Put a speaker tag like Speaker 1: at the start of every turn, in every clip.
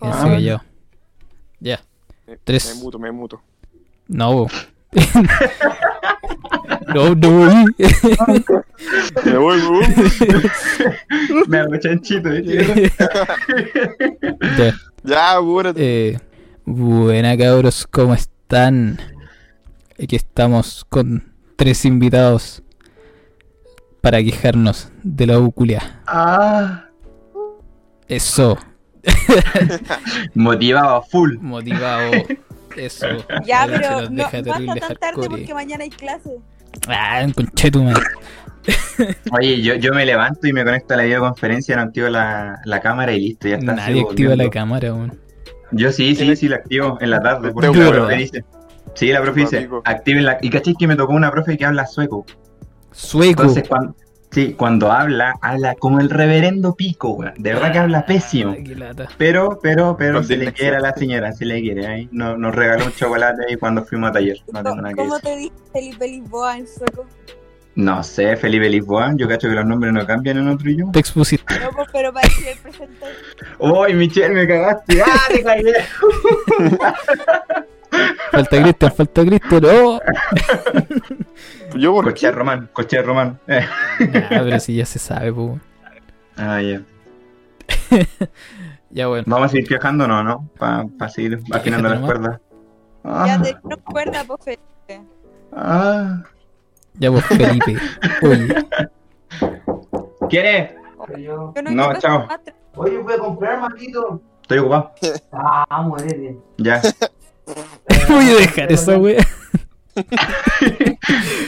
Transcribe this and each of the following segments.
Speaker 1: Ah,
Speaker 2: que yo. Ya. Tres.
Speaker 3: Me muto, me muto.
Speaker 2: No. no, no.
Speaker 3: Me voy, me voy.
Speaker 4: Me hago chanchito,
Speaker 2: Ya.
Speaker 3: Ya, apúrate.
Speaker 2: Eh, buena cabros, ¿cómo están? Aquí estamos con tres invitados para quejarnos de la ócula.
Speaker 4: Ah,
Speaker 2: Eso,
Speaker 4: motivado a full.
Speaker 2: motivado. Eso.
Speaker 1: Ya,
Speaker 2: Ahí se
Speaker 1: pero
Speaker 2: nos
Speaker 1: no
Speaker 2: deja
Speaker 1: basta
Speaker 2: terrible
Speaker 1: tan tarde
Speaker 2: hardcore.
Speaker 1: porque mañana hay clase.
Speaker 2: Ah, un conchetumadre.
Speaker 4: Oye, yo, yo me levanto y me conecto a la videoconferencia, no activo la, la cámara y listo, ya está.
Speaker 2: Nadie
Speaker 4: sigo
Speaker 2: activa la
Speaker 4: volviendo.
Speaker 2: cámara, weón.
Speaker 4: Yo sí, sí, sí la activo en la tarde, porque
Speaker 3: Te
Speaker 4: la
Speaker 2: juro.
Speaker 4: profe dice. Sí, la profe dice,
Speaker 3: Amigo.
Speaker 4: activen la. Y caché que me tocó una profe que habla sueco.
Speaker 2: Sueco.
Speaker 4: Entonces, cuando, sí, cuando habla, habla como el reverendo pico, weón. De verdad que habla pésimo.
Speaker 2: Ah, qué lata.
Speaker 4: Pero, pero, pero
Speaker 3: Con
Speaker 4: se le
Speaker 3: dislexia.
Speaker 4: quiere a la señora, se le quiere. Ahí no- nos regaló un chocolate ahí cuando fuimos a taller. No tengo nada
Speaker 1: ¿Cómo, cómo
Speaker 4: que decir.
Speaker 1: te dice Felipe Lisboa en sueco?
Speaker 4: No sé, Felipe Lisboa, yo cacho que los nombres no cambian en otro idioma.
Speaker 2: Te expusiste.
Speaker 1: No, pues, pero para decir el presente.
Speaker 4: ¡Uy, Michelle, me cagaste! ¡Ah, te cagué!
Speaker 2: Falta Cristian, falta Cristian. ¡Oh!
Speaker 4: Eh,
Speaker 3: Yo por
Speaker 4: Cochea Román, cochea Román. Eh.
Speaker 2: Nah, pero si ya se sabe, pues.
Speaker 4: Ah, ya.
Speaker 2: Ya, bueno.
Speaker 4: ¿Vamos a seguir viajando o no, no? Para seguir afinando las
Speaker 1: Ya
Speaker 4: cuerdas. Ah,
Speaker 1: te no cuerda, pues Felipe.
Speaker 4: ah.
Speaker 2: Ya, pues, Felipe. Oye,
Speaker 4: ¿Quién es?
Speaker 5: Yo,
Speaker 1: Yo
Speaker 4: No,
Speaker 1: encuentro
Speaker 4: chao.
Speaker 1: más tra-
Speaker 5: Oye, voy a comprar, maldito.
Speaker 4: Estoy ocupado.
Speaker 5: Ah, muérete.
Speaker 4: Ya.
Speaker 2: voy a dejar esa wea.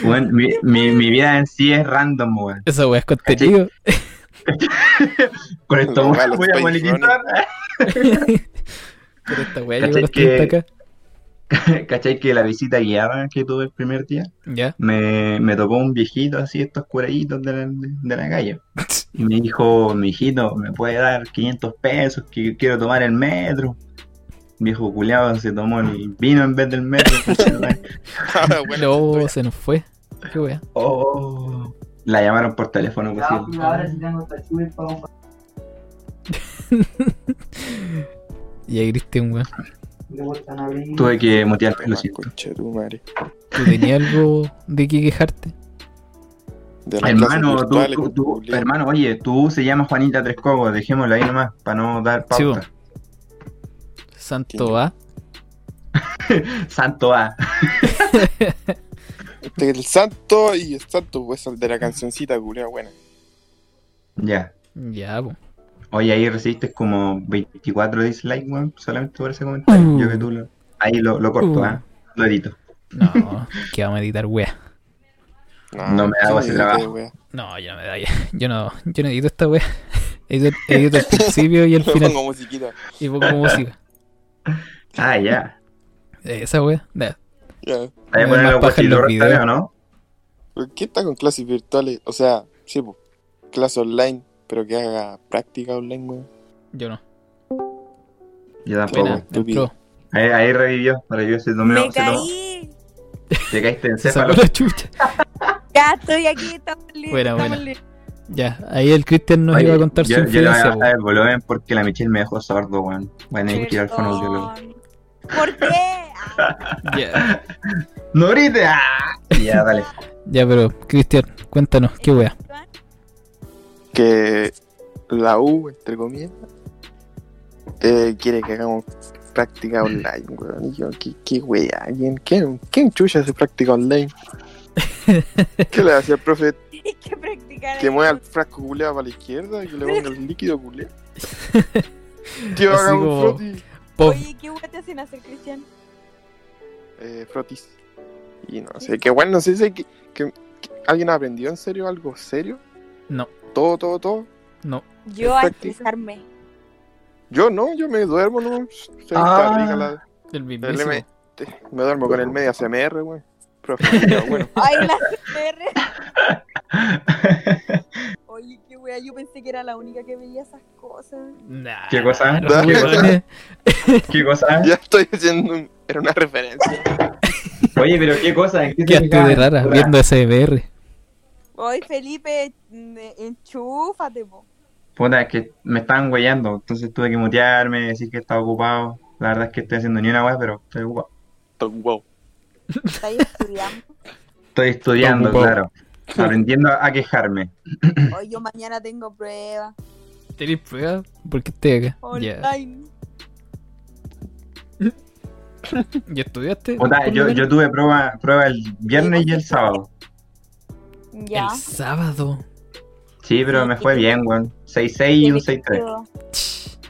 Speaker 4: Bueno, mi, mi, mi vida en sí es random, weón.
Speaker 2: Esa wea es contenido.
Speaker 4: Con esto
Speaker 3: No,
Speaker 4: voy a
Speaker 3: los Space
Speaker 4: monetizar.
Speaker 2: Pero esta wea
Speaker 4: Caché
Speaker 2: llegó a los
Speaker 4: que-
Speaker 2: 30 acá.
Speaker 4: ¿Cachai que la visita guiada que tuve el primer día?
Speaker 2: Ya.
Speaker 4: me, me tocó un viejito así, estos curayitos de la, de, de la calle. Y me dijo, mijito, ¿me puede dar 500 pesos que quiero tomar el metro? El viejo culiado se tomó el vino en vez del metro.
Speaker 3: Ah,
Speaker 2: No, se nos fue. Qué wea.
Speaker 4: Oh. La llamaron por teléfono, pues,
Speaker 5: Ya,
Speaker 4: sí.
Speaker 5: ahora sí tengo tachube para un
Speaker 2: Y ahí Cristian, weón.
Speaker 5: Le gustan abrir.
Speaker 4: Tuve que mutear, lo
Speaker 3: Román,
Speaker 4: siento.
Speaker 3: conche tu madre.
Speaker 2: ¿Tú tenías algo de qué quejarte?
Speaker 3: De las
Speaker 4: Hermano, tú,
Speaker 3: clases virtuales,
Speaker 4: tú- tú-
Speaker 3: este culiao.
Speaker 4: hermano, oye, tú se llamas Juanita Tres Cobos, dejémoslo ahí nomás, para no dar
Speaker 2: Sí,
Speaker 4: pauta.
Speaker 2: Santo A.
Speaker 4: Santo A.
Speaker 3: Este, El santo y el santo, pues, el de la cancioncita, culiao, buena.
Speaker 4: Ya.
Speaker 2: Ya, pues.
Speaker 4: Oye, ahí recibiste como 24 dislikes, weón, solamente por ese comentario.
Speaker 2: Uh.
Speaker 4: Yo que tú lo... Ahí lo, lo corto,
Speaker 2: Uh.
Speaker 4: ¿ah? Lo edito.
Speaker 2: No, que vamos a editar wea.
Speaker 4: No me hago ese
Speaker 3: sí,
Speaker 4: trabajo.
Speaker 3: qué wea.
Speaker 2: No, yo no me da Yo no, yo no edito esta wea. Edito, edito el principio y el
Speaker 3: No
Speaker 2: final.
Speaker 3: pongo musiquita.
Speaker 2: Y pongo música.
Speaker 4: Ah, ya.
Speaker 2: Esa wea. Ya.
Speaker 3: Ya.
Speaker 4: Ahí
Speaker 2: Me
Speaker 4: ponen
Speaker 2: da
Speaker 4: los
Speaker 2: más paja en los
Speaker 4: guachitos
Speaker 2: videos.
Speaker 4: ¿o no?
Speaker 3: ¿Por qué está con clases virtuales? O sea, sí, pues, clase online, pero que haga práctica online, weón.
Speaker 2: Yo no.
Speaker 4: Yo tampoco.
Speaker 2: Buena,
Speaker 3: estúpido.
Speaker 2: entró.
Speaker 4: Ahí, ahí revivió, revivió, se tomó,
Speaker 1: Me
Speaker 4: se tomó.
Speaker 1: caí.
Speaker 4: Te caíste en
Speaker 2: Se
Speaker 4: céfalo.
Speaker 2: sacó la chucha.
Speaker 1: Ya estoy aquí, estamos libres.
Speaker 2: Buena,
Speaker 1: estamos
Speaker 2: buena.
Speaker 1: libres.
Speaker 2: Ya, ahí el Cristian nos
Speaker 4: Oye,
Speaker 2: iba a contar
Speaker 4: yo,
Speaker 2: su
Speaker 4: yo le voy a
Speaker 2: influencia. po.
Speaker 4: bajar el volumen porque la Michelle me dejó sordo, weón. Bueno, hay que tirar el fono audiólogo.
Speaker 1: Perdón. ¿Por qué? Ah,
Speaker 2: Ya.
Speaker 4: ¡No grites! ¡Ah! Ya, dale.
Speaker 2: ya, pero Cristian, cuéntanos, qué wea.
Speaker 3: que la U, entre comillas, eh, quiere que hagamos práctica online, weón. Y yo, ¿qué, qué wea? ¿Quién, quién, quién chucha hace práctica online? ¿Qué le hacía al profe?
Speaker 1: tienes que practicar.
Speaker 3: Que
Speaker 1: ahí.
Speaker 3: mueva el frasco culeado para la izquierda, que le ponga el líquido culeado. Que
Speaker 2: Así
Speaker 3: haga un
Speaker 2: como-
Speaker 3: frotis.
Speaker 2: Pop.
Speaker 1: Oye, ¿qué hueá te hacen hacer, Cristian?
Speaker 3: Eh, frotis. Y no sé, que bueno, no sé si que, que- que alguien aprendió en serio algo serio.
Speaker 2: No.
Speaker 3: Todo, todo, todo.
Speaker 2: No.
Speaker 1: Yo a
Speaker 3: Práctica.
Speaker 1: expresarme.
Speaker 3: Yo no, yo me duermo, no. Se me
Speaker 4: Ah.
Speaker 3: está rica la,
Speaker 2: El
Speaker 3: El
Speaker 2: mismísimo.
Speaker 3: M- te- me duermo con el medio CMR, weón. Profe, pero bueno.
Speaker 1: Ay, la CR. Oye, qué wea, yo pensé que era la única que veía esas cosas.
Speaker 2: Nah,
Speaker 4: ¿Qué cosa?
Speaker 2: no,
Speaker 3: ¿Qué
Speaker 2: weones.
Speaker 4: ¿Qué cosa?
Speaker 3: Ya estoy haciendo un- era una referencia.
Speaker 4: Oye, pero ¿qué cosa? ¿En qué te
Speaker 2: Quedaste de
Speaker 4: fijas?
Speaker 2: rara viendo SBR.
Speaker 1: Oye, Felipe, mm, enchúfate, po.
Speaker 4: Puta, es que me estaban huellando, entonces tuve que mutearme, decir que estaba ocupado. La verdad es que estoy haciendo ni una weá, pero estoy ocupado.
Speaker 3: Wow.
Speaker 1: ¿Estáis estudiando?
Speaker 4: Estoy estudiando,
Speaker 2: Ocupado.
Speaker 4: claro. Aprendiendo a quejarme.
Speaker 1: Hoy yo mañana tengo prueba
Speaker 2: ¿Tenéis pruebas? ¿Por qué estoy acá? Ya.
Speaker 1: online.
Speaker 2: ¿Y estudiaste?
Speaker 4: Puta,
Speaker 2: por
Speaker 4: yo,
Speaker 2: lo
Speaker 4: yo
Speaker 2: menos?
Speaker 4: tuve prueba, prueba el viernes y el sábado.
Speaker 1: Ya.
Speaker 2: El sábado.
Speaker 4: Sí, pero me fue bien, weón. 6-6 y un 6-3.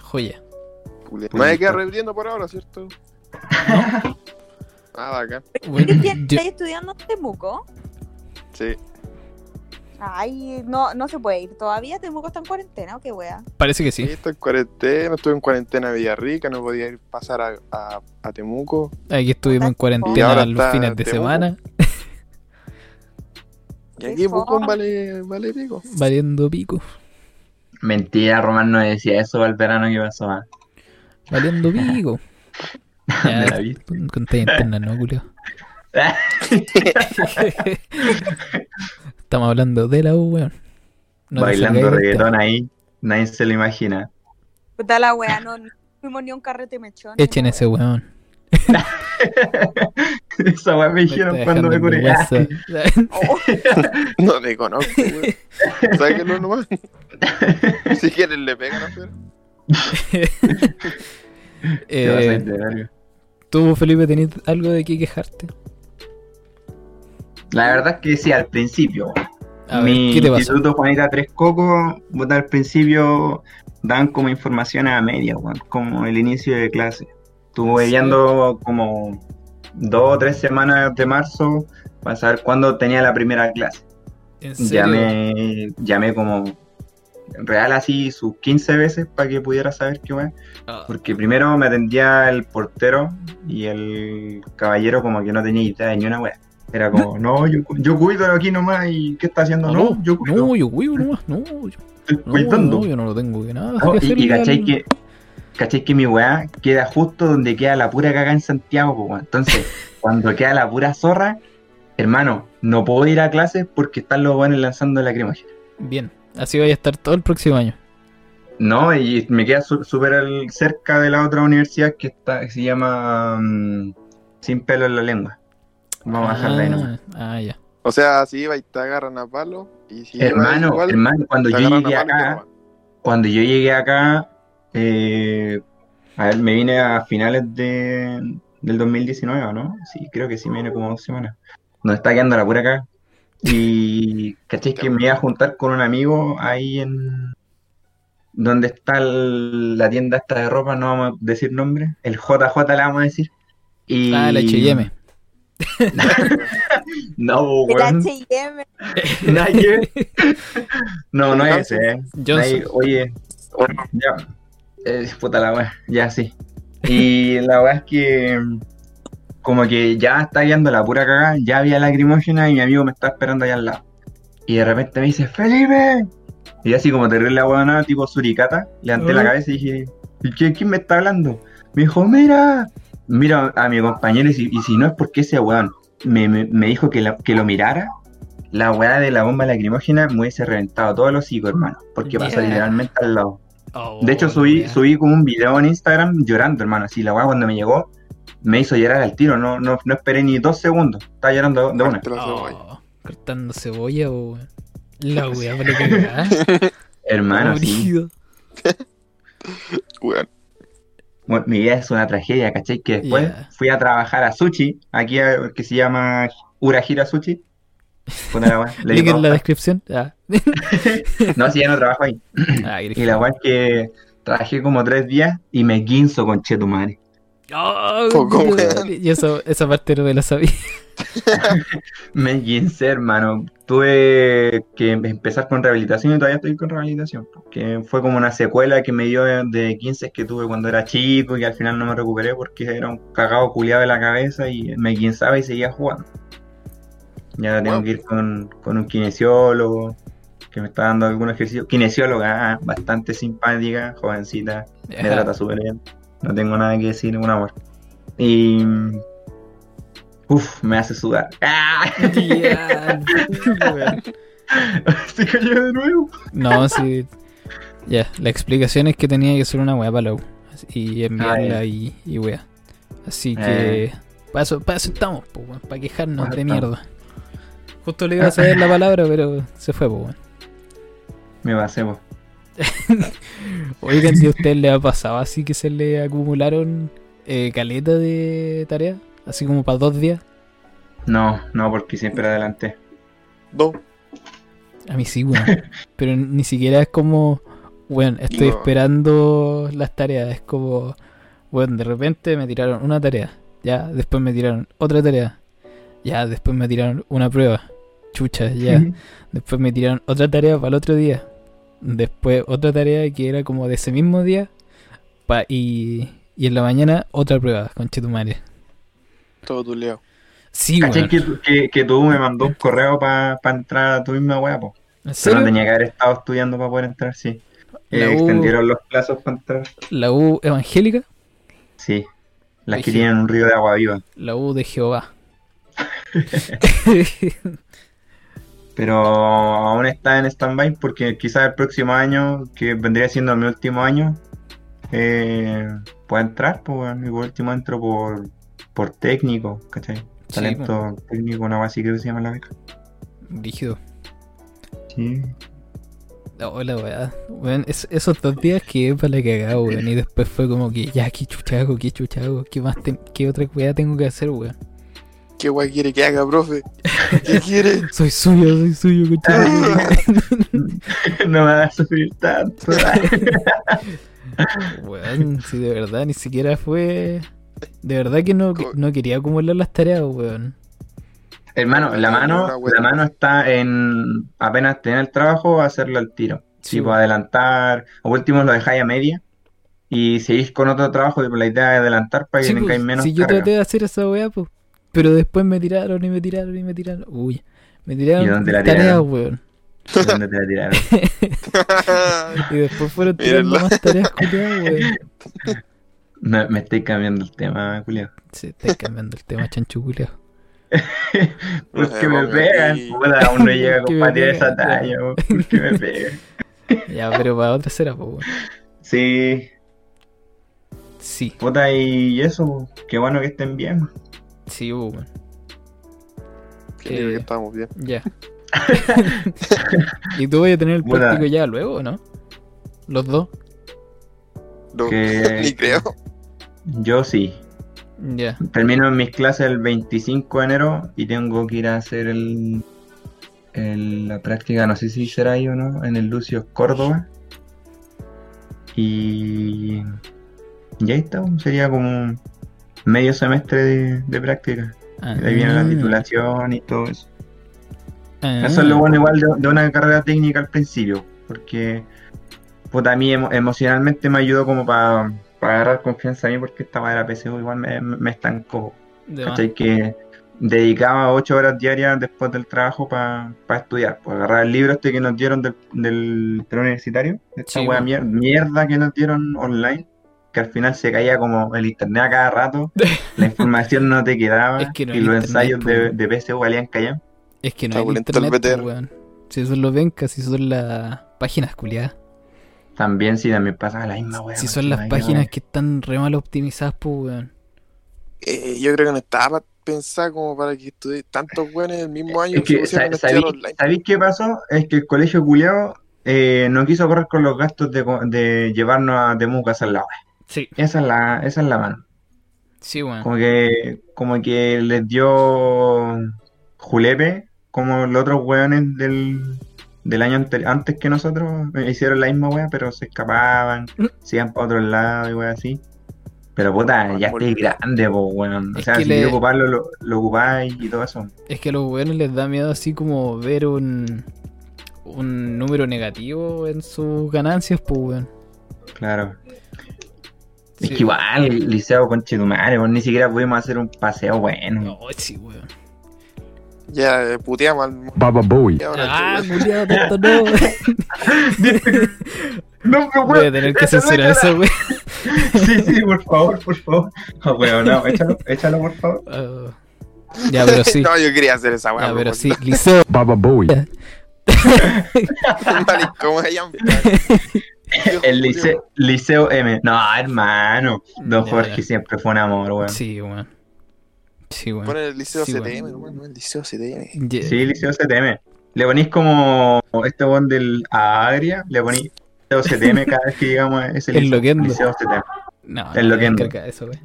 Speaker 2: Joya.
Speaker 3: Me voy a quedar repitiendo por ahora, ¿cierto? ah, bacán.
Speaker 2: Bueno,
Speaker 1: Cristian,
Speaker 2: yo-
Speaker 1: ¿Estás estudiando en Temuco?
Speaker 3: Sí.
Speaker 1: Ay, no, no se puede ir todavía. Temuco está en cuarentena, ¿o qué wea?
Speaker 2: parece que
Speaker 3: Sí,
Speaker 2: sí.
Speaker 3: estoy en cuarentena, estuve en cuarentena en Villarrica, no podía ir pasar a, a, a Temuco.
Speaker 2: Aquí estuvimos en
Speaker 3: Y
Speaker 2: cuarentena
Speaker 3: ahora
Speaker 2: los
Speaker 3: está
Speaker 2: fines de
Speaker 3: Temuco.
Speaker 2: semana,
Speaker 3: Y
Speaker 1: Qué
Speaker 3: aquí Pucón
Speaker 1: fome.
Speaker 3: vale, vale pico.
Speaker 2: valiendo pico.
Speaker 4: Mentira, Román no decía eso al verano que pasó. ah.
Speaker 2: Valiendo pico.
Speaker 4: Me la
Speaker 2: Ya,
Speaker 4: vi.
Speaker 2: contáis interna, ¿no, Julio? Estamos hablando de la U, weón. No te
Speaker 4: Bailando
Speaker 2: salgáis de
Speaker 4: reggaetón ahí. Nadie se lo imagina.
Speaker 1: Puta la wea, no, no fuimos ni a un carrete mechón.
Speaker 2: esta. Echen
Speaker 1: ni
Speaker 2: ese
Speaker 1: nada.
Speaker 2: weón.
Speaker 4: Esa weá me
Speaker 2: Me está
Speaker 4: dijeron
Speaker 2: dejando
Speaker 4: cuando me
Speaker 2: en
Speaker 4: curé. Ah,
Speaker 2: vergüenza.
Speaker 3: No te conozco, güey. Sáquenlo nomás. si quieren le pegan afuera.
Speaker 4: te vas a
Speaker 2: Eh,
Speaker 4: enterar.
Speaker 2: ¿Tú, Felipe, tenés algo de qué quejarte?
Speaker 4: La verdad es que sí, al principio.
Speaker 2: A
Speaker 4: Mi
Speaker 2: ver, ¿qué te pasó?
Speaker 4: instituto Juanita Tres Cocos, puta, al principio dan como información a media, weón, como el inicio de clase. Estuve
Speaker 2: Sí.
Speaker 4: viendo como dos o tres semanas de marzo para saber cuándo tenía la primera clase.
Speaker 2: ¿En serio?
Speaker 4: Llamé, llamé como real así sus 15 veces para que pudiera saber qué weón.
Speaker 2: Ah,
Speaker 4: Porque primero me atendía el portero y el caballero como que no tenía idea de ni una weá. Era como, no, yo, cu- yo cuido aquí nomás y ¿qué está haciendo? No, yo cuido.
Speaker 2: No, yo huevo nomás. No, yo,
Speaker 4: Estoy
Speaker 2: no,
Speaker 4: cuidando.
Speaker 2: no, yo no lo tengo que nada.
Speaker 4: No,
Speaker 2: que
Speaker 4: y,
Speaker 2: hacerle
Speaker 4: y cachai
Speaker 2: al-
Speaker 4: que, cachai que mi weá queda justo donde queda la pura caga en Santiago, po, weón. Entonces, cuando queda la pura zorra, hermano, no puedo ir a clases porque están los weones lanzando lacrimógenas.
Speaker 2: Bien, así voy a estar todo el próximo año.
Speaker 4: No, y me queda su- súper al- cerca de la otra universidad que está, que se llama mm, Sin pelo en la lengua. Vamos a bajar de ahí nomás.
Speaker 2: ah, ah, ya.
Speaker 3: O sea, si iba y te agarran a palo. Y si
Speaker 4: Hermano,
Speaker 3: ibas igual,
Speaker 4: hermano, cuando
Speaker 3: te
Speaker 4: yo
Speaker 3: agarran
Speaker 4: llegué
Speaker 3: a palo y te
Speaker 4: acá,
Speaker 3: roban.
Speaker 4: cuando yo llegué acá, eh, a ver, me vine a finales de, del 2019, ¿o ¿no? Sí, creo que sí, me vine como dos semanas. Nos está quedando la pura acá. Y caché que me iba a juntar con un amigo ahí en donde está el- la tienda esta de ropa, no vamos a decir nombre, el JJ le vamos a decir. Y...
Speaker 2: Ah, la H&M.
Speaker 4: No,
Speaker 1: El
Speaker 4: weón,
Speaker 1: H&M.
Speaker 4: nadie. No, no es ese, eh. Ahí,
Speaker 2: Johnson.
Speaker 4: oye, ya, eh, puta la weá, ya sí. Y la weá es que, mm, como que ya está guiando la pura cagada, ya había lacrimógena y mi amigo me está esperando allá al lado. Y de repente me dice, ¡Felipe! Y así como terrible la weá, tipo suricata, levanté la
Speaker 2: Ujú.
Speaker 4: cabeza y dije, "¿Y qué- ¿Quién me está hablando? Me dijo, mira, mira a mi compañero y si, y si no es porque ese weón me, me- me dijo que, la- que lo mirara, la weá de la bomba lacrimógena me hubiese reventado todos los hocico, hermano, porque pasó
Speaker 2: Yeah.
Speaker 4: literalmente al lado.
Speaker 2: Oh,
Speaker 4: De hecho, subí,
Speaker 2: ya.
Speaker 4: subí como un video en Instagram llorando, hermano. Así la weá cuando me llegó me hizo llorar al tiro. No, no, no esperé ni dos segundos. Estaba llorando de una.
Speaker 3: Te lo
Speaker 2: Oh,
Speaker 3: roban.
Speaker 2: cortando cebolla, o weón. La weá, para que
Speaker 4: Hermano, sí.
Speaker 3: Weón.
Speaker 4: Bueno, mi vida es una tragedia, ¿cachai? Que después
Speaker 2: Yeah.
Speaker 4: fui a trabajar a Sushi, aquí a- que se llama Urajira Sushi. Puta la weá, le
Speaker 2: Link
Speaker 4: digo,
Speaker 2: en la descripción. Ah,
Speaker 4: no, si ya no trabajo ahí.
Speaker 2: Ah,
Speaker 4: Y la weá es que trabajé como tres días y me quinzo con Chetumare.
Speaker 2: Oh,
Speaker 3: Poco,
Speaker 2: Dios,
Speaker 3: weón.
Speaker 2: y eso, esa parte no me la sabía.
Speaker 4: Me guincé, hermano. Tuve que em-, empezar con rehabilitación y todavía estoy con rehabilitación. Que fue como una secuela que me dio de 15 que tuve cuando era chico y al final no me recuperé porque era un cagado culiado de la cabeza y me guinzaba y seguía jugando. Ya tengo que ir con, con un kinesiólogo que me está dando algún ejercicio. Kinesióloga, ah, bastante simpática, jovencita me trata súper bien. No tengo nada que decir, un amor. Y. Uf, me hace sudar. ¡Ah!
Speaker 2: Ya, weón.
Speaker 4: Se cayó de nuevo.
Speaker 2: No, sí. Ya, la explicación es que tenía que hacer una weá para la U. Así- Y enviarla
Speaker 4: Ah,
Speaker 2: y, y weá. Así
Speaker 4: Eh.
Speaker 2: que. Para eso, pa' eso estamos, pues, weón. Para quejarnos
Speaker 4: Pa' eso
Speaker 2: de
Speaker 4: estamos.
Speaker 2: mierda. Justo le iba a ceder la palabra, pero se fue, pues, weón.
Speaker 4: Me pasé, po.
Speaker 2: Oigan, si a usted le ha pasado así que se le acumularon eh, caleta de tarea, así como para dos días.
Speaker 4: No, no, porque siempre adelante.
Speaker 3: Dos.
Speaker 2: A mí sí, weón. Pero ni siquiera es como, weón, estoy
Speaker 3: No.
Speaker 2: esperando las tareas. Es como, weón, de repente me tiraron una tarea. Ya, después me tiraron otra tarea. Ya, después me tiraron una prueba. Chucha, ya. Después me tiraron otra tarea para el otro día. Después otra tarea que era como de ese mismo día. Pa y, y en la mañana otra prueba, con Chetumare.
Speaker 3: Todo tuleado.
Speaker 2: Sí,
Speaker 4: ¿Cachai
Speaker 2: weón.
Speaker 4: que, tú- que, que tú me mandó un correo para entrar a tu misma weá, po?
Speaker 2: ¿En
Speaker 4: Pero no
Speaker 2: serio?
Speaker 4: tenía que haber estado estudiando para poder entrar, sí. Eh,
Speaker 2: La U-
Speaker 4: extendieron los plazos para entrar.
Speaker 2: La U evangélica,
Speaker 4: Sí. Las que
Speaker 2: Brígido.
Speaker 4: tienen un río de agua viva.
Speaker 2: la U de Jehová.
Speaker 4: Pero aún está en stand-by porque quizás el próximo año, que vendría siendo mi último año, eh, pueda entrar, pues weón. y por último entro por, por técnico, ¿cachai?
Speaker 2: Sí, pues.
Speaker 4: Talento técnico, una base que se llama la beca.
Speaker 2: Rígido.
Speaker 4: Sí.
Speaker 2: Hola, weá. Weón, es- esos dos días que para la cagada, weón. Y después fue como que, ya, qué chuchago, qué chuchago, qué más, te- qué otra weá tengo que hacer, weón.
Speaker 3: ¿Qué guay quiere que haga, profe? ¿Qué quiere?
Speaker 2: Soy suyo, soy suyo, conchito.
Speaker 4: no me hagas sufrir tanto.
Speaker 2: weón, si de verdad ni siquiera fue. De verdad que no,
Speaker 3: Co-
Speaker 2: no quería acumular las tareas, weón.
Speaker 4: Hermano, la
Speaker 3: Una
Speaker 4: mano,
Speaker 3: buena.
Speaker 4: la mano está en apenas tener el trabajo, hacerlo al tiro.
Speaker 2: Sí, pues.
Speaker 4: Tipo,
Speaker 2: weón.
Speaker 4: adelantar, o último lo dejáis a media y seguís con otro trabajo, tipo, la idea es adelantar para que
Speaker 2: Sí,
Speaker 4: tengáis
Speaker 2: pues,
Speaker 4: menos
Speaker 2: si yo
Speaker 4: carga.
Speaker 2: traté de hacer esa weá, pues. Pero después me tiraron y me tiraron y me tiraron. Uy, me tiraron
Speaker 4: ¿Y dónde la
Speaker 2: tareas,
Speaker 4: tiraron?
Speaker 2: weón.
Speaker 4: ¿Dónde te la tiraron?
Speaker 2: Y después fueron tirando
Speaker 3: Mírenlo.
Speaker 2: más tareas, culiao, weón.
Speaker 4: No, me estoy cambiando el tema, Julio.
Speaker 2: Se está cambiando el tema, chancho, culiao.
Speaker 3: sé,
Speaker 4: Porque me
Speaker 3: vos,
Speaker 4: pegan,
Speaker 3: y-
Speaker 4: puta, aún no llega a
Speaker 2: Porque me
Speaker 4: compartir
Speaker 2: pegan,
Speaker 4: esa talla, porque me pegan.
Speaker 2: Ya, pero para otra será, pues, weón.
Speaker 4: Sí,
Speaker 2: Sí,
Speaker 4: puta, y eso, qué bueno que estén bien.
Speaker 2: sí, pues, weón.
Speaker 3: Creo que estábamos bien.
Speaker 2: Ya. ¿Y tú vas a tener el
Speaker 4: Buena.
Speaker 2: práctico ya luego o no? Los dos.
Speaker 3: No,
Speaker 4: Que-
Speaker 3: ni creo.
Speaker 4: Yo sí.
Speaker 2: Ya.
Speaker 4: Termino mis clases el 25 de enero y tengo que ir a hacer el, el- la práctica, no sé si será ahí o no, en el Lucio Córdoba. Y, y ahí está, sería como medio semestre de, de práctica.
Speaker 2: Ah,
Speaker 4: Y ahí viene la titulación y todo eso.
Speaker 2: ah,
Speaker 4: Eso es lo bueno igual de, de una carrera técnica al principio, porque pues, a mí emo- emocionalmente me ayudó como para agarrar confianza a mí porque esta madre de la PSU igual me, me estancó.
Speaker 2: de más.
Speaker 4: ¿Cachai? Que dedicaba ocho horas diarias después del trabajo para estudiar, para agarrar el libro este que nos dieron del, del tren universitario, de esta
Speaker 2: Sí,
Speaker 4: wea
Speaker 2: bueno.
Speaker 4: mier- mierda que nos dieron online, que al final se caía como el internet a cada rato, la información no te quedaba
Speaker 2: Es que no
Speaker 4: y
Speaker 2: hay
Speaker 4: los
Speaker 2: internet,
Speaker 4: ensayos
Speaker 2: po.
Speaker 4: de, de PSU valían callan.
Speaker 2: Es que no
Speaker 3: Está
Speaker 2: hay
Speaker 3: volento el
Speaker 2: internet,
Speaker 3: BTR.
Speaker 2: pues, weón. Si son los vencas, si son las páginas culiadas.
Speaker 4: También sí, también pasaba la misma wea.
Speaker 2: Si
Speaker 4: weón,
Speaker 2: son las
Speaker 4: imagínate.
Speaker 2: páginas que están re mal optimizadas, pues, weón.
Speaker 3: Eh, yo creo que no estaba pensada como para que estudie tantos weones en el mismo año
Speaker 4: Es que,
Speaker 3: pusieran
Speaker 4: sa-
Speaker 3: a estudiar
Speaker 4: ¿sabéis
Speaker 3: online.
Speaker 4: sabéis qué pasó? Es que el colegio culiao eh, no quiso correr con los gastos de, co- de llevarnos a Temuco a hacer la wea.
Speaker 2: Sí,
Speaker 4: Esa es la, esa es la mano.
Speaker 2: sí, weón.
Speaker 4: Como que, como que les dio julepe, como los otros weones del, del año ante- antes que nosotros eh, hicieron la misma wea, pero se escapaban,
Speaker 2: Mm.
Speaker 4: se iban para otro lado y wea así. Pero puta, ya estoy grande, po, weón. O
Speaker 2: Es
Speaker 4: sea,
Speaker 2: que
Speaker 4: si
Speaker 2: le-
Speaker 4: queréis ocuparlo, lo, lo ocupáis y todo eso.
Speaker 2: Es que a los weones les da miedo así como ver un, un número negativo en sus ganancias, pues, weón.
Speaker 4: Claro. Es
Speaker 2: Sí.
Speaker 4: que igual, el liceo con Chetumare, weón, ni siquiera pudimos hacer un paseo bueno.
Speaker 2: No, sí, weón.
Speaker 3: Ya eh, puteamos al
Speaker 6: Baba Bowie.
Speaker 3: y ahora
Speaker 2: Ah,
Speaker 3: qué weón.
Speaker 2: culiado, tanto no.
Speaker 4: No, pero
Speaker 2: Voy a tener que censurar eso, weón.
Speaker 4: Sí, sí, por favor, por favor. No, weón, no, échalo, échalo, por favor.
Speaker 2: Ah. ya, pero sí.
Speaker 3: No, yo quería hacer esa weá.
Speaker 2: ya,
Speaker 3: a
Speaker 2: pero sí.
Speaker 3: propósito.
Speaker 2: Liceo.
Speaker 6: Baba Bowie.
Speaker 3: Vale, ¿cómo se llama?
Speaker 4: El lice- Liceo M. No, hermano. Don
Speaker 2: Ya,
Speaker 4: Jorge
Speaker 2: ya.
Speaker 4: siempre fue un amor, weón. Sí,
Speaker 2: Sí, weón. Sí, weón.
Speaker 3: Poner el liceo
Speaker 2: Sí,
Speaker 3: CTM,
Speaker 2: bueno.
Speaker 3: hermano, el liceo CTM.
Speaker 2: Ye-
Speaker 4: Liceo CTM. Le ponís como este weón del a Adria, le ponís Liceo CTM cada vez que llegamos a ese
Speaker 2: El
Speaker 4: liceo.
Speaker 2: Loquendo.
Speaker 4: Liceo CTM.
Speaker 2: No,
Speaker 4: El
Speaker 2: no,
Speaker 4: Loquendo.
Speaker 2: carga eso, weón.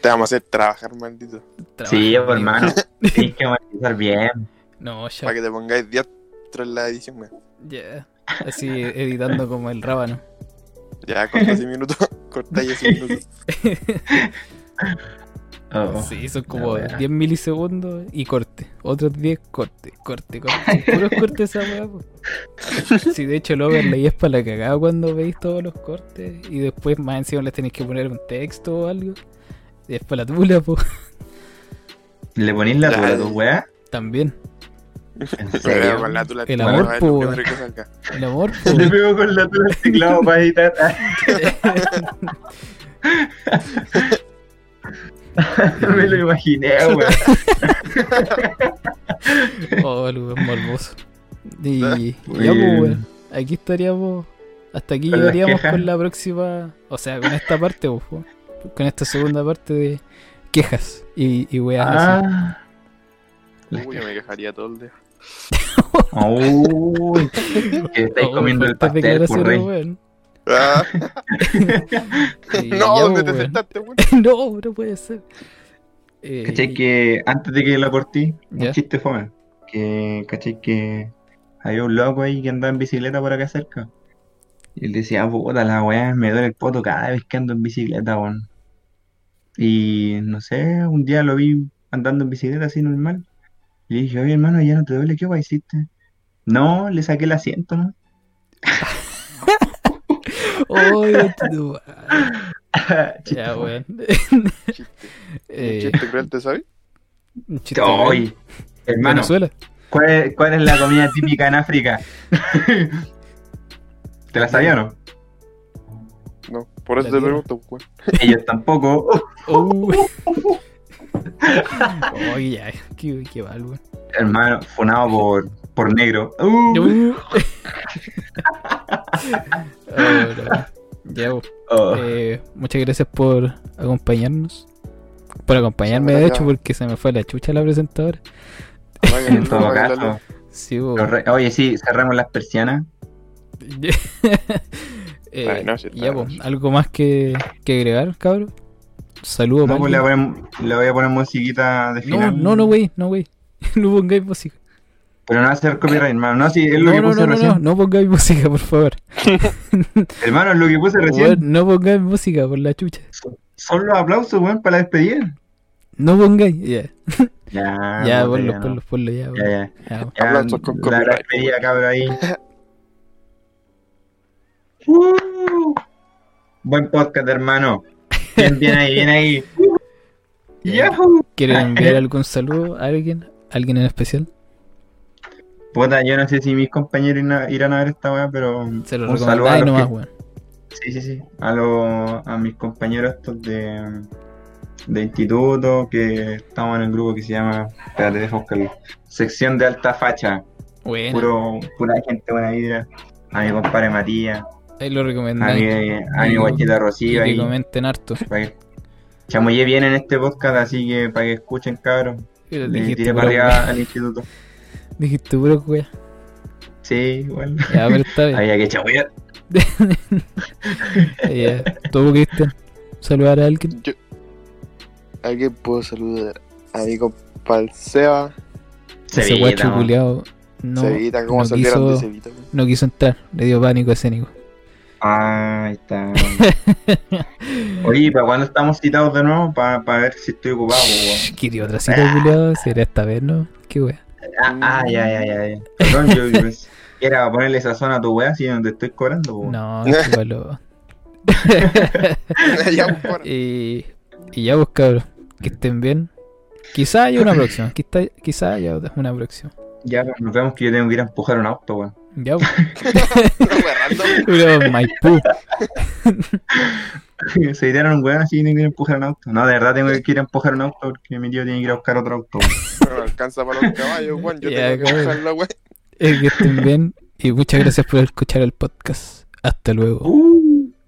Speaker 3: Te vamos a hacer trabajar, maldito.
Speaker 2: Trabaja,
Speaker 4: Sí,
Speaker 2: amigo.
Speaker 4: hermano. Tienes que monetizar bien.
Speaker 2: No, ya.
Speaker 3: Para que te pongáis 10 tras la edición, weón.
Speaker 2: ya. Así editando como el rábano.
Speaker 3: Ya, corta ese minuto. Corta ahí ese minuto.
Speaker 4: Oh.
Speaker 2: Sí, son
Speaker 4: la
Speaker 2: como
Speaker 4: wea.
Speaker 2: 10 milisegundos y corte. Otros 10, corte, corte, corte. Puros cortes esa weá, po. Sí, de hecho, el overlay es para la cagada cuando veis todos los cortes y después más encima les tenéis que poner un texto o algo. Y es para la tula, po.
Speaker 4: ¿Le ponís la
Speaker 3: Ya,
Speaker 4: tula a
Speaker 3: ya.
Speaker 4: tu weá?
Speaker 2: También.
Speaker 4: ¿En
Speaker 3: Pero
Speaker 4: serio?
Speaker 3: con la tula
Speaker 2: El
Speaker 3: tula,
Speaker 2: amor,
Speaker 3: weón,
Speaker 2: po,
Speaker 3: lo
Speaker 2: weón.
Speaker 3: primero que salga.
Speaker 2: El amor, po.
Speaker 4: Le pego con la tula al teclado para editar. Me lo imaginé, weón.
Speaker 2: Oh, el weón morboso. Y ya, pues,
Speaker 4: Bien.
Speaker 2: weón, Aquí estaríamos. Hasta aquí
Speaker 4: Con las
Speaker 2: llegaríamos
Speaker 4: quejas.
Speaker 2: con la próxima. O sea, con esta parte, pues, weón. con esta segunda parte de quejas y, y weas así.
Speaker 4: Ah. Las
Speaker 3: Uy, yo me quejaría todo el día.
Speaker 4: Ah. Uy, que estáis
Speaker 2: Oh,
Speaker 4: comiendo
Speaker 2: fuertes
Speaker 4: el pastel,
Speaker 2: declaraciones,
Speaker 4: curry.
Speaker 2: weón.
Speaker 3: Ah,
Speaker 2: Y ya,
Speaker 3: no, ¿dónde te
Speaker 2: weón.
Speaker 3: sentaste, weón?
Speaker 2: No, no puede ser. Eh,
Speaker 4: ¿Cachai que antes de que la cortí,
Speaker 2: Ya.
Speaker 4: un chiste fome? Que, ¿cachai que había un loco ahí que andaba en bicicleta por acá cerca? Y él decía, puta, la weá, me duele el poto cada vez que ando en bicicleta, weón. Y no sé, un día lo vi andando en bicicleta así normal. Y le dije, oye, hermano, ya no te duele, ¿qué weá hiciste? No, le saqué el asiento, ¿no?
Speaker 2: Oh, tu madre.
Speaker 4: Chiste
Speaker 2: ya,
Speaker 4: fome.
Speaker 2: weón.
Speaker 3: Chiste.
Speaker 2: Eh,
Speaker 3: Chiste cruel, ¿te sabes?
Speaker 2: un chiste
Speaker 4: Ay,
Speaker 2: weón.
Speaker 4: hermano,
Speaker 2: Venezuela.
Speaker 4: ¿Cuál es, cuál es la comida típica en África? ¿Te la sabía o no?
Speaker 3: No, por eso
Speaker 2: La
Speaker 3: te
Speaker 2: tierra.
Speaker 3: pregunto, weón.
Speaker 4: Ellos tampoco.
Speaker 2: Oh. Oh, ya, qué, qué mal, weón.
Speaker 4: Hermano, funado por, por negro. Uh.
Speaker 2: Uh. Oh, no. Ya, bo.
Speaker 4: Oh.
Speaker 2: Eh, muchas gracias por acompañarnos. Por acompañarme, de hecho, porque se me fue la chucha la presentadora.
Speaker 3: Apágalo,
Speaker 4: en todo
Speaker 3: apágalo.
Speaker 4: caso.
Speaker 2: Sí, bo.
Speaker 4: los re- Oye, sí, cerramos las persianas.
Speaker 2: Eh,
Speaker 3: Ay, no, sí,
Speaker 2: ya,
Speaker 3: claro.
Speaker 2: bo. ¿Algo más que, que agregar, cabrón? Saludos,
Speaker 4: No, pues le
Speaker 2: no,
Speaker 4: voy, a poner, le voy a poner musiquita
Speaker 2: no,
Speaker 4: de final.
Speaker 2: no, no, güey, no, güey. No pongáis música.
Speaker 4: Pero no hacer copyright, hermano. No, sí, es lo
Speaker 2: No,
Speaker 4: que
Speaker 2: no,
Speaker 4: puse
Speaker 2: no, no,
Speaker 4: recién.
Speaker 2: no, no pongáis música, por favor.
Speaker 4: Hermano, es lo que puse recién.
Speaker 2: Weón, no pongáis música, por la chucha.
Speaker 4: Son los aplausos, weón, para la despedida.
Speaker 2: No pongáis. Ya,
Speaker 4: Ya,
Speaker 2: ya,
Speaker 4: puta,
Speaker 2: ponlo,
Speaker 4: ya Ah, no.
Speaker 2: ponlo, ponlo, ya, bo.
Speaker 4: Ya, ya.
Speaker 2: Ya, bo.
Speaker 4: Ya,
Speaker 3: Aplausos con
Speaker 4: la
Speaker 3: copyright.
Speaker 4: despedida, cabrón, ahí. Buen podcast, hermano. Bien, bien ahí, bien ahí. Eh, Yahoo.
Speaker 2: ¿Quieren enviar algún saludo a alguien? ¿Alguien en especial?
Speaker 4: Puta, yo no sé si mis compañeros irán a- irán a ver esta weá, pero
Speaker 2: Se lo
Speaker 4: un saludo a
Speaker 2: recomendáis
Speaker 4: los
Speaker 2: nomás,
Speaker 4: que-
Speaker 2: weón.
Speaker 4: sí, sí, sí, a, los- a mis compañeros estos de, mm, de instituto que estamos en el grupo que se llama, espérate, deja buscarlo, sección de alta facha,
Speaker 2: Bueno,
Speaker 4: puro, pura gente buena vibra, a mi compadre Matías,
Speaker 2: ahí lo
Speaker 4: a mi,
Speaker 2: recomendáis.
Speaker 4: a mi guachita
Speaker 2: Y
Speaker 4: Rocío
Speaker 2: que
Speaker 4: ahí,
Speaker 2: comenten harto.
Speaker 4: para que chamullé bien en este podcast, así que para que escuchen cabros, le
Speaker 2: Dijiste
Speaker 4: tiré
Speaker 2: pura
Speaker 4: para
Speaker 2: weá.
Speaker 4: arriba al instituto.
Speaker 2: Dijiste pura weá.
Speaker 4: Sí, igual.
Speaker 2: Ya, pero está bien.
Speaker 4: Había que chamullar.
Speaker 2: Ya, Todo eh, Cristian. Saludar a alguien.
Speaker 3: Yo... Alguien puedo saludar a mi compadre Seba.
Speaker 2: Ese
Speaker 4: veía,
Speaker 2: guacho
Speaker 4: tamo.
Speaker 2: culiao no,
Speaker 3: Cevita, ¿cómo
Speaker 2: no
Speaker 3: salieron
Speaker 2: quiso-
Speaker 3: de Cevita? weón?
Speaker 2: no quiso entrar. Le dio pánico escénico.
Speaker 4: Ah, ahí está. Oye, ¿para cuándo estamos citados de nuevo? Para ver si estoy ocupado. po,
Speaker 2: Quería otra cita, culiao. Será esta vez, ¿no? Qué wea.
Speaker 4: weón. Ah, ah, ya, ya, ya. ya. Perdón, yo yo pensé que era para ponerle sazón a tu weá si no te estoy cobrando. po.
Speaker 2: No, qué malo.
Speaker 3: ya, weón, por-
Speaker 2: Y, y ya, pues, cabros. Que estén bien. Quizá haya una próxima. Quizá, quizá haya otra- una próxima.
Speaker 4: Ya, pues, nos vemos que yo tengo que ir a empujar un auto, weón.
Speaker 2: Ya, pues.
Speaker 3: Una wea random.
Speaker 2: Pero Maipú.
Speaker 4: Se idearon un weón así y tengo que ir a empujar un auto. No, de verdad tengo que ir a empujar un auto porque mi tío tiene que ir a buscar otro auto. weón.
Speaker 3: No me alcanza para los caballos, weón. Yo
Speaker 2: Ya,
Speaker 3: tengo que
Speaker 2: cabrón.
Speaker 3: bajarla, weón.
Speaker 2: eh, que estén bien y muchas gracias por escuchar el podcast. Hasta luego.
Speaker 4: Uh.